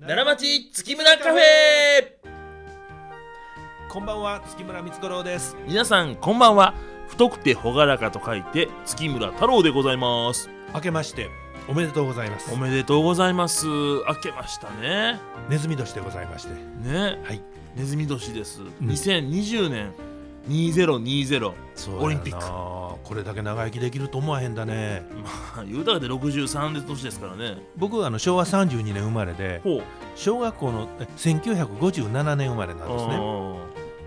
奈良町月村カフェこんばんは月村光五郎です皆さんこんばんは太くて朗らかと書いて月村太郎でございます明けましておめでとうございますおめでとうございます明けましたねネズミ年でございましてねはいネズミ年です、ん2020年2020そうオリンピッククこれだけ長生きできると思わへんだねまあ言うたらで63年年ですからね僕はあの昭和32年生まれでほう小学校のえ1957年生まれなんですね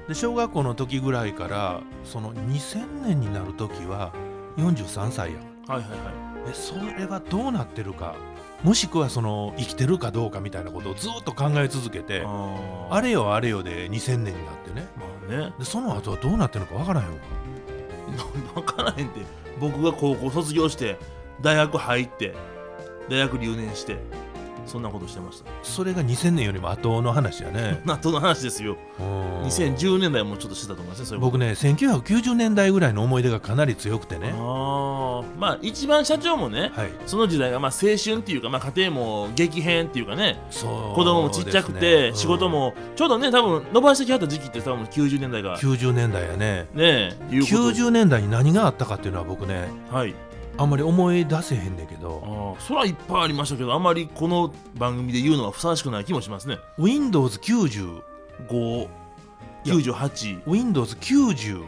で小学校の時ぐらいからその2000年になる時は43歳やあーはいはいはえそれはどうなってるかもしくはその生きてるかどうかみたいなことをずっと考え続けいてあーあれよあれよで2000年になってねまあねでその後はどうなってるのかわからへんわ 分からへんて僕が高校卒業して大学入って大学留年してそんなことしてましたそれが2000年よりも後の話や ね納豆の話ですようん2010年代もちょっとしてたと思いますねそういうこと僕ね1990年代ぐらいの思い出がかなり強くてねああまあ一番社長もねはいその時代がまあ青春っていうか、まあ、家庭も激変っていうかねそう子供もちっちゃくですて、ね仕事もちょうどね多分伸ばしてきはった時期って多分90年代うんが90年代やねねえいうこと90年代に何があったかっていうのは僕ねはいあんまり思い出せへんねんけどああそれはいっぱいありましたけどあまりこの番組で言うのはふさわしくない気もしますね Windows90 いや59890 Windows90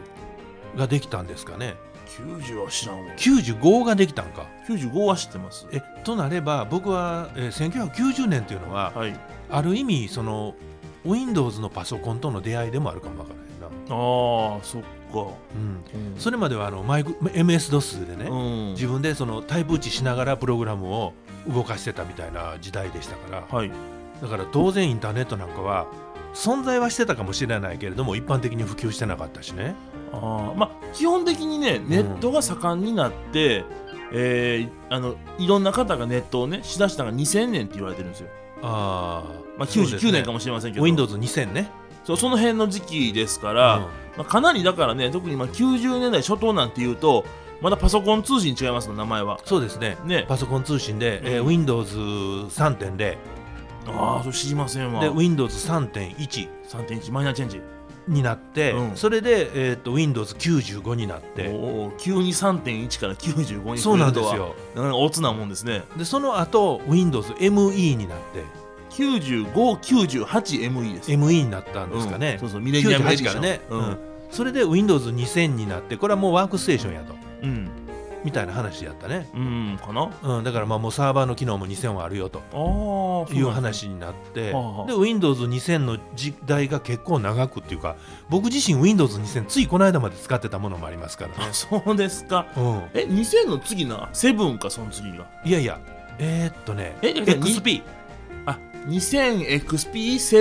ができたんですかねは知らんわ95ができたんか95は知ってますえとなれば僕は、えー1990年っていうのははいある意味その Windows のパソコンとの出会いでもあるかもわからへんな、ああそっか、うん、うんそれまではあのマイク MS-DOS でね、うん自分でそのタイプ打ちしながらプログラムを動かしてたみたいな時代でしたからはいだから当然インターネットなんかは存在はしてたかもしれないけれども一般的に普及してなかったしねあーまあ基本的にねネットが盛んになって、えーあのいろんな方がネットをねしだしたのが2000年って言われてるんですよ、あまあ、99年かもしれませんけど、 Windows2000 ねそうその辺の時期ですから、うんまあ、かなりだからね特にまあ90年代初頭なんていうとまだパソコン通信違いますの名前はそうですねねパソコン通信で、えーうん Windows3.0 でああそれ知りませんわ Windows3.1 3.1マイナーチェンジになって、うんそれで、えー、と Windows95 になっおてお急に3.1から95にそうなんです増えるよとはなかなかおつなもんですねでその後 WindowsME になって 9598ME です ME になったんですかうんね、そうそうミレニアムエディシ98かョらンね、ううんんそれで Windows2000 になってこれはもうワークステーションやとうんみたいな話やったね、うんかなあうん、だからまあもうサーバーの機能も2000はあるよとあそいうなんだ話になってではあはあ Windows2000 の時代が結構長くっていうか僕自身 Windows2000 ついこの間まで使ってたものもありますからね、あそうですかうえ2000の次なセブンかその次がん、いやいやえー、っとねえだから XP あ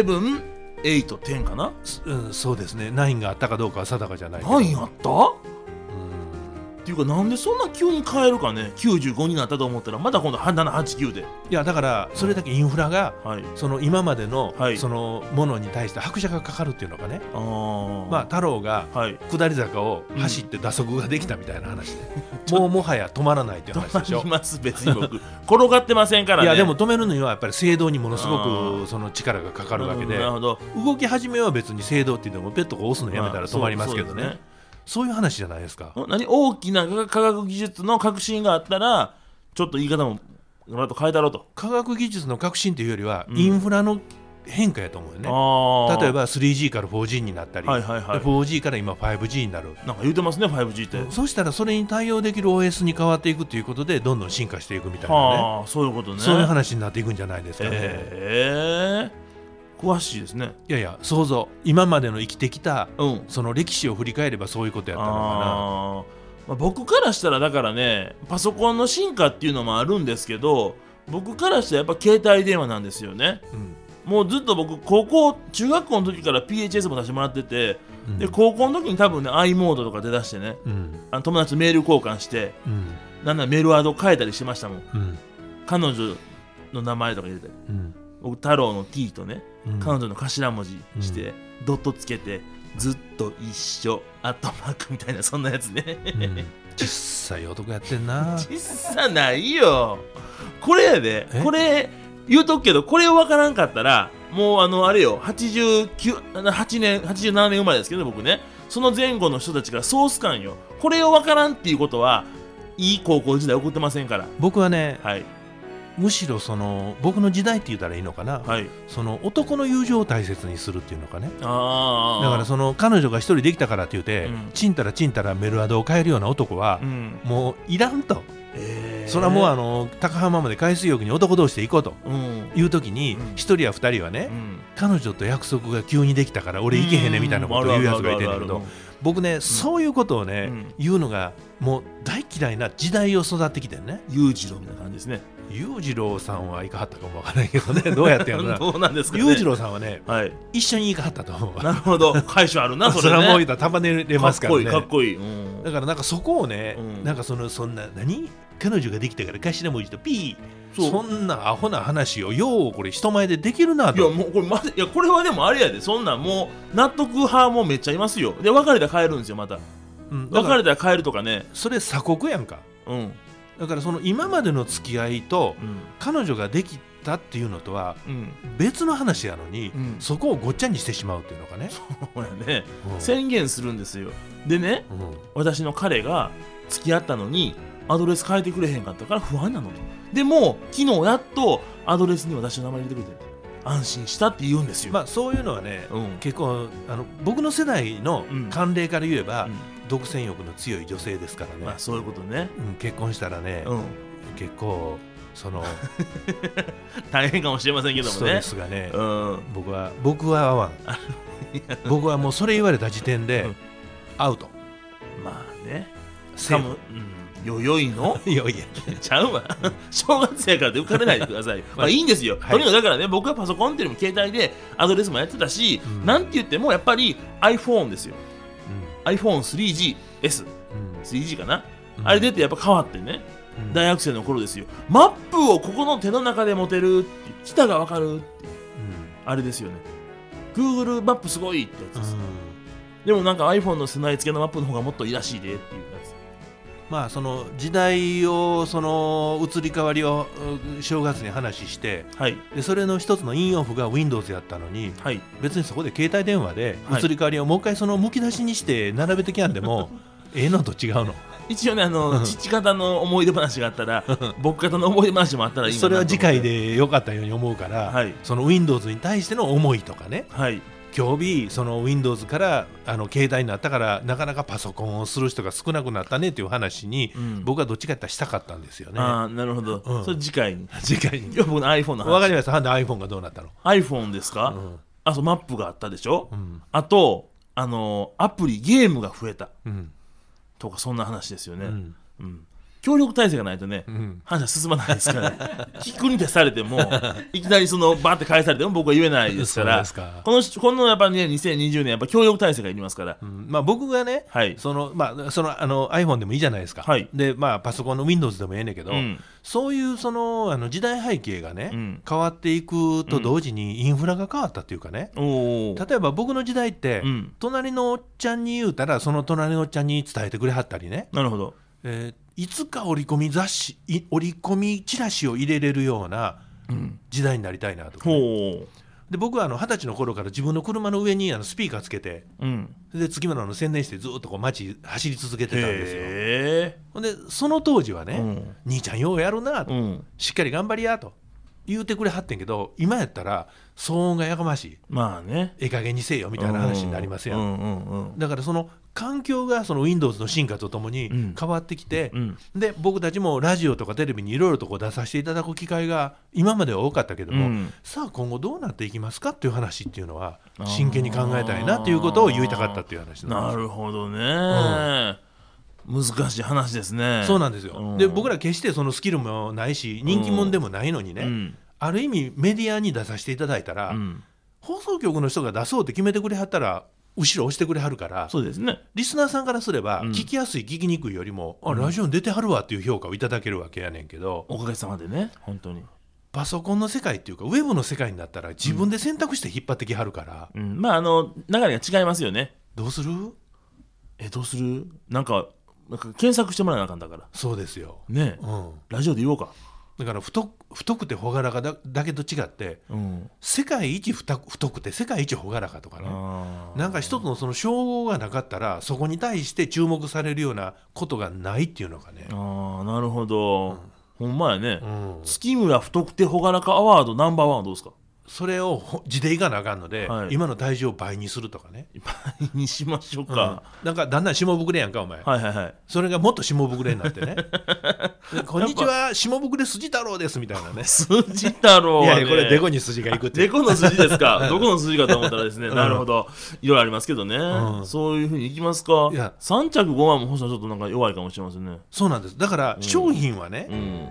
2000XP7810 かなうん、そうですね9があったかどうかは定かじゃないけど何やったうんっていうかなんでそんな急に変えるかね95になったと思ったらまだ今度789でいやだからそれだけインフラがはいその今までのはいそのものに対して拍車がかかるっていうのかね、あーまあ太郎がはい下り坂を走って打足ができたみたいな話で、もう もはや止まらないっていう話で止しまょり。ます別に僕転がってませんからねいやでも止めるにはやっぱり制動にものすあごーくその力がかかあるわけでなるほど動き始めは別に制動っていうのもペットが押すのやめたら止まりますけどね,、まあそういう話じゃないですか、そうですねん何大きな科学技術の革新があったらちょっと言い方もガラッと変えたろうと、科学技術の革新というよりはうんインフラの変化やと思うよね、ああ例えば 3G から 4G になったり、はいはいはいで 4G から今 5G になる、なんか言うてますね 5G って、そうしたらそれに対応できる OS に変わっていくということでどんどん進化していくみたいなねはあそういうことねそういう話になっていくんじゃないですかね、ええ詳しいですねいやいや想像今までの生きてきたうんその歴史を振り返ればそういうことやったのかあーまあ、僕からしたらだからねパソコンの進化っていうのもあるんですけど僕からしたらやっぱ携帯電話なんですよねな、うんもうずっと僕高校中学校の時から PHS も出してもらっててうんで高校の時に多分ね i モードとか出だしてねうんあの友達とメール交換してうんなんならメールワード変えたりしてましたもんうん彼女の名前とか入れてうん僕太郎の T とねうん彼女の頭文字して、ドットつけてずっと一緒アットマークみたいなそんなやつね、うん小さい男やってんな小さないよこれやでえこれ言うとくけどこれを分からんかったらもうあのあれよ89 8年87年生まれですけどね僕ねその前後の人たちがソース感よこれを分からんっていうことはいい高校時代送ってませんから僕はねはいむしろその僕の時代って言ったらいいのかな、はいその男の友情を大切にするっていうのかねああだからその彼女が一人できたからって言って、うんちんたらちんたらメルアドを変えるような男はう、んもういらんと、えーそれはもうあの高浜まで海水浴に男同士で行こうとうんいう時にうん一、人や二人はね、うん彼女と約束が急にできたから俺行けへんねみたいなことを言うやつがいてんだけど僕ね、そういうことをね、うん言うのがもう大嫌いな時代を育ってきてんね裕次郎みたいな感じですね裕次郎さんはいかはったかもわからないけ どねどうやってやるなどうなんですかね裕次郎さんはねはい一緒にいかはったと思うわなるほど解消あるなそそれれねはもう言ったら束ねれますからねかっこいいかっこいい、うんだからなんかそこをね、うんなんかそのそんな何彼女ができたから頭文字とピーそうそんなアホな話をようこれ人前でできるないやともうこれまずいやこれはでもあれやでそんなんもう納得派もめっちゃいますよで別れたら帰るんですよまたうんだか別られたら帰るとかねそれ鎖国やんかうん、だからその今までの付き合いとうん彼女ができたっていうのとはうん別の話やのに、うんそこをごっちゃにしてしまうっていうのかね、ほらねうん宣言するんですよでねうん私の彼が付き合ったのにアドレス変えてくれへんかったから不安なのとでも昨日やっとアドレスに私の名前入れてくれて安心したって言うんですよ、まあそういうのはね、うん結構あの僕の世代のうん慣例から言えば、うん独占欲の強い女性ですからね、まあそういうことねうん結婚したらね、うん結構その大変かもしれません けどスもトねレスがねうん僕は僕は合 わん僕はもうそれ言われた時点で、うんアウトまあねしセかーもフ、うん、よよいのいやいや ちゃうわ 正月やからで浮かれないでくださいまあいいんですよ、はいとにかくだからね僕はパソコンっていうよりも携帯でアドレスもやってたし、うんなんて言ってもやっぱり iPhone ですよ iPhone3GS3G うんうんかな、うんあれ出てやっぱ変わってねうん大学生の頃ですよマップをここの手の中で持てるって北がわかるってうんあれですよね Google マップすごいってやつうです、んでもなんか iPhone の備え付けのマップの方がもっといいらしいでっていうやつまあその時代をその移り変わりをうん正月に話してはいでそれの一つのインオフが Windows やったのにはい別にそこで携帯電話ではい移り変わりをもう一回そのむき出しにして並べてきやんで もええのと違うの一応ねあうのん父方の思い出話があったら僕方の思い出話もあったらいいかなそれは次回とでよかったように思うから、はいその Windows に対しての思いとかね思ってはい今日その Windows からあの携帯になったからなかなかパソコンをする人が少なくなったねっていう話に、うん僕はどっちかやったらしたかったんですよね。ああなるほど、うんそれ次回に次回にいや僕の iPhone のわか話りました。なんで iPhone がどうなったの、 iPhone ですか、うんあそうマップがあったでしょ、うんあとあのアプリゲームが増えたうんとかそんな話ですよね、ううんん協力体制がないとね、うん話は進まないですからね 聞くに徹されて もいきなりそのバーって返されても僕は言えないですかそうらですかこのこのやっぱね2020年やっぱ協力体制がいりますから、うんまあ、僕がね、はいそのまあ、そのあの iPhone でもいいじゃないですか、はいでまあ、パソコンの Windows でもええねんけど、うんそういうそのあの時代背景がね、うん変わっていくと同時にインフラが変わったっていうかね、おー例えば僕の時代って、うん隣のおっちゃんに言うたらその隣のおっちゃんに伝えてくれはったりね、なるほどえーいつか折り込み雑誌い折り込みチラシを入れれるようなうん時代になりたいなとかね、ほで僕はあの二十歳の頃から自分の車の上にあのスピーカーつけてううんで月村の宣伝してずっとこう街走り続けてたんですよ。へほんでその当時はえね、うん兄ちゃんようやるなと、うんしっかり頑張りやと言うてくれはってんけど今やったら騒音がやかましいまあねええ加減にせえよみたいな話になりますやん、うんうんうんだからその環境がその Windows の進化とともうにん変わってきて、うんで僕たちもラジオとかテレビにいろいろとこう出させていただく機会が今までは多かったけども、うんさあ今後どうなっていきますかっていう話っていうのはあー真剣に考えたいなっていうことを言いたかったっていう話なんでるほどね、難しい話ですねすそうなんですよ、うんで僕ら決してそのスキルもないし人気者でもないのにね、うんある意味メディアに出させていただいたら、うん放送局の人が出そうって決めてくれはったら後ろ押してくれはるからそうですねリスナーさんからすればうん聞きやすい聞きにくいよりも、あラジオに出てはるわっていう評価をいただけるわけやねんけどおかげさまでね本当に、パソコンの世界っていうかウェブの世界になったら自分で選択して引っ張ってきはるから、うん、まああの流れが違いますよねどうするえどうするなんかなんか検索してもらわなあかんだからそうですよ、ねえうん、ラジオで言おうかだから太太くて朗らかだだけと違ってうん世界一太く太くて世界一朗らかとかねあーなんか一つのその称号がなかったらそこに対して注目されるようなことがないっていうのがねあ、ーなるほど、ほんまやね、うん、月村太くて朗らかアワードナンバーワンはどうですかそれをほ地でいかなあかんので、はい今の体重を倍にするとかね、倍にしましょううんか、なんかだんだん下ぶくれやんかお前、はいはいはいそれがもっと下ぶくれになって ねでこんにちは下ぶくれ筋太郎ですみたいなね筋太郎いは、やね、いやこれデコに筋がいくってデコの筋ですかんどこの筋かと思ったらですね、うんなるほどいろいろありますけどね、うんそういうふうにいきますかいや3着5番も星野ちょっとなんか弱いかもしれませんねそうなんですだからうん商品はね、うん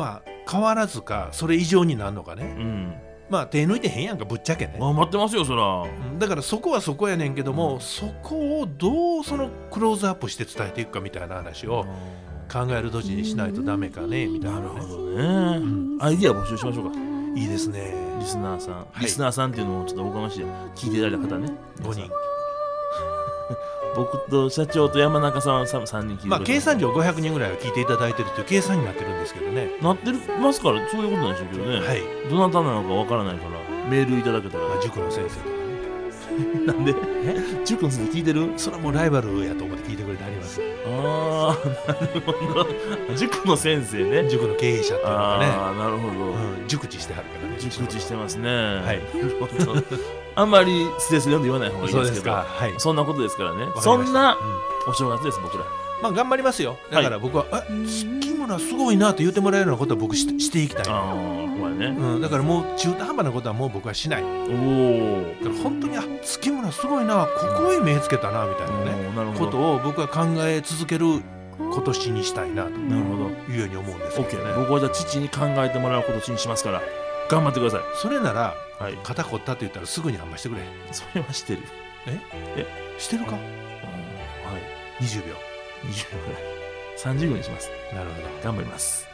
まあ変わらずかそれ以上になるのかねうんまあ手抜いてへんやんかぶっちゃけね頑張ってますよそらうんだからそこはそこやねんけども、うんそこをどうそのクローズアップして伝えていくかみたいな話を考える土地にしないとダメかねみたいななるねほどね、んアイディア募集しましょうかいいですねリスナーさん、いリスナーさんっていうのもちょっとおこがましい聞いていただいた方ね5人僕と社長と山中さんは3人聞いてまあ計算上上500人ぐらいは聞いていただいてるっていう計算になってるんですけどねなってますからそういうことなんでしょうけどね、はい、どなたなのかわからないからメールいただけたら、まあ、塾の先生とかねなんで塾の先生聞いてるそれはもうライバルやと思って聞いてくれてありますああ なるほど塾の先生ね塾の経営者っていうのがああなるほど、ね、うん、熟知してはるからね熟知してまますねはいなるほどあんまりスレスレ読んで言わない方がいいそうででけすすどかはいそんなことですからねわかりましたそんなうんお正月です僕らまあ頑張りますよだから僕は、え月村すごいなって言ってもらえるようなことは僕ししていきたいああ怖いね、うん、だからもう中途半端なことはもう僕はしないだおおから本当にあ月村すごいなここへ目つけたなみたいなね、なるほこどとを僕は考え続ける今年にしたいなとなるほどいうように思うんですけど OK ね僕はじゃあ父に考えてもらうことにしますから頑張ってくださいそれならはい肩凝ったって言ったらすぐに販売してくれそれはしてるしてるかはい20秒20秒ぐらい30秒にしますなるほど頑張ります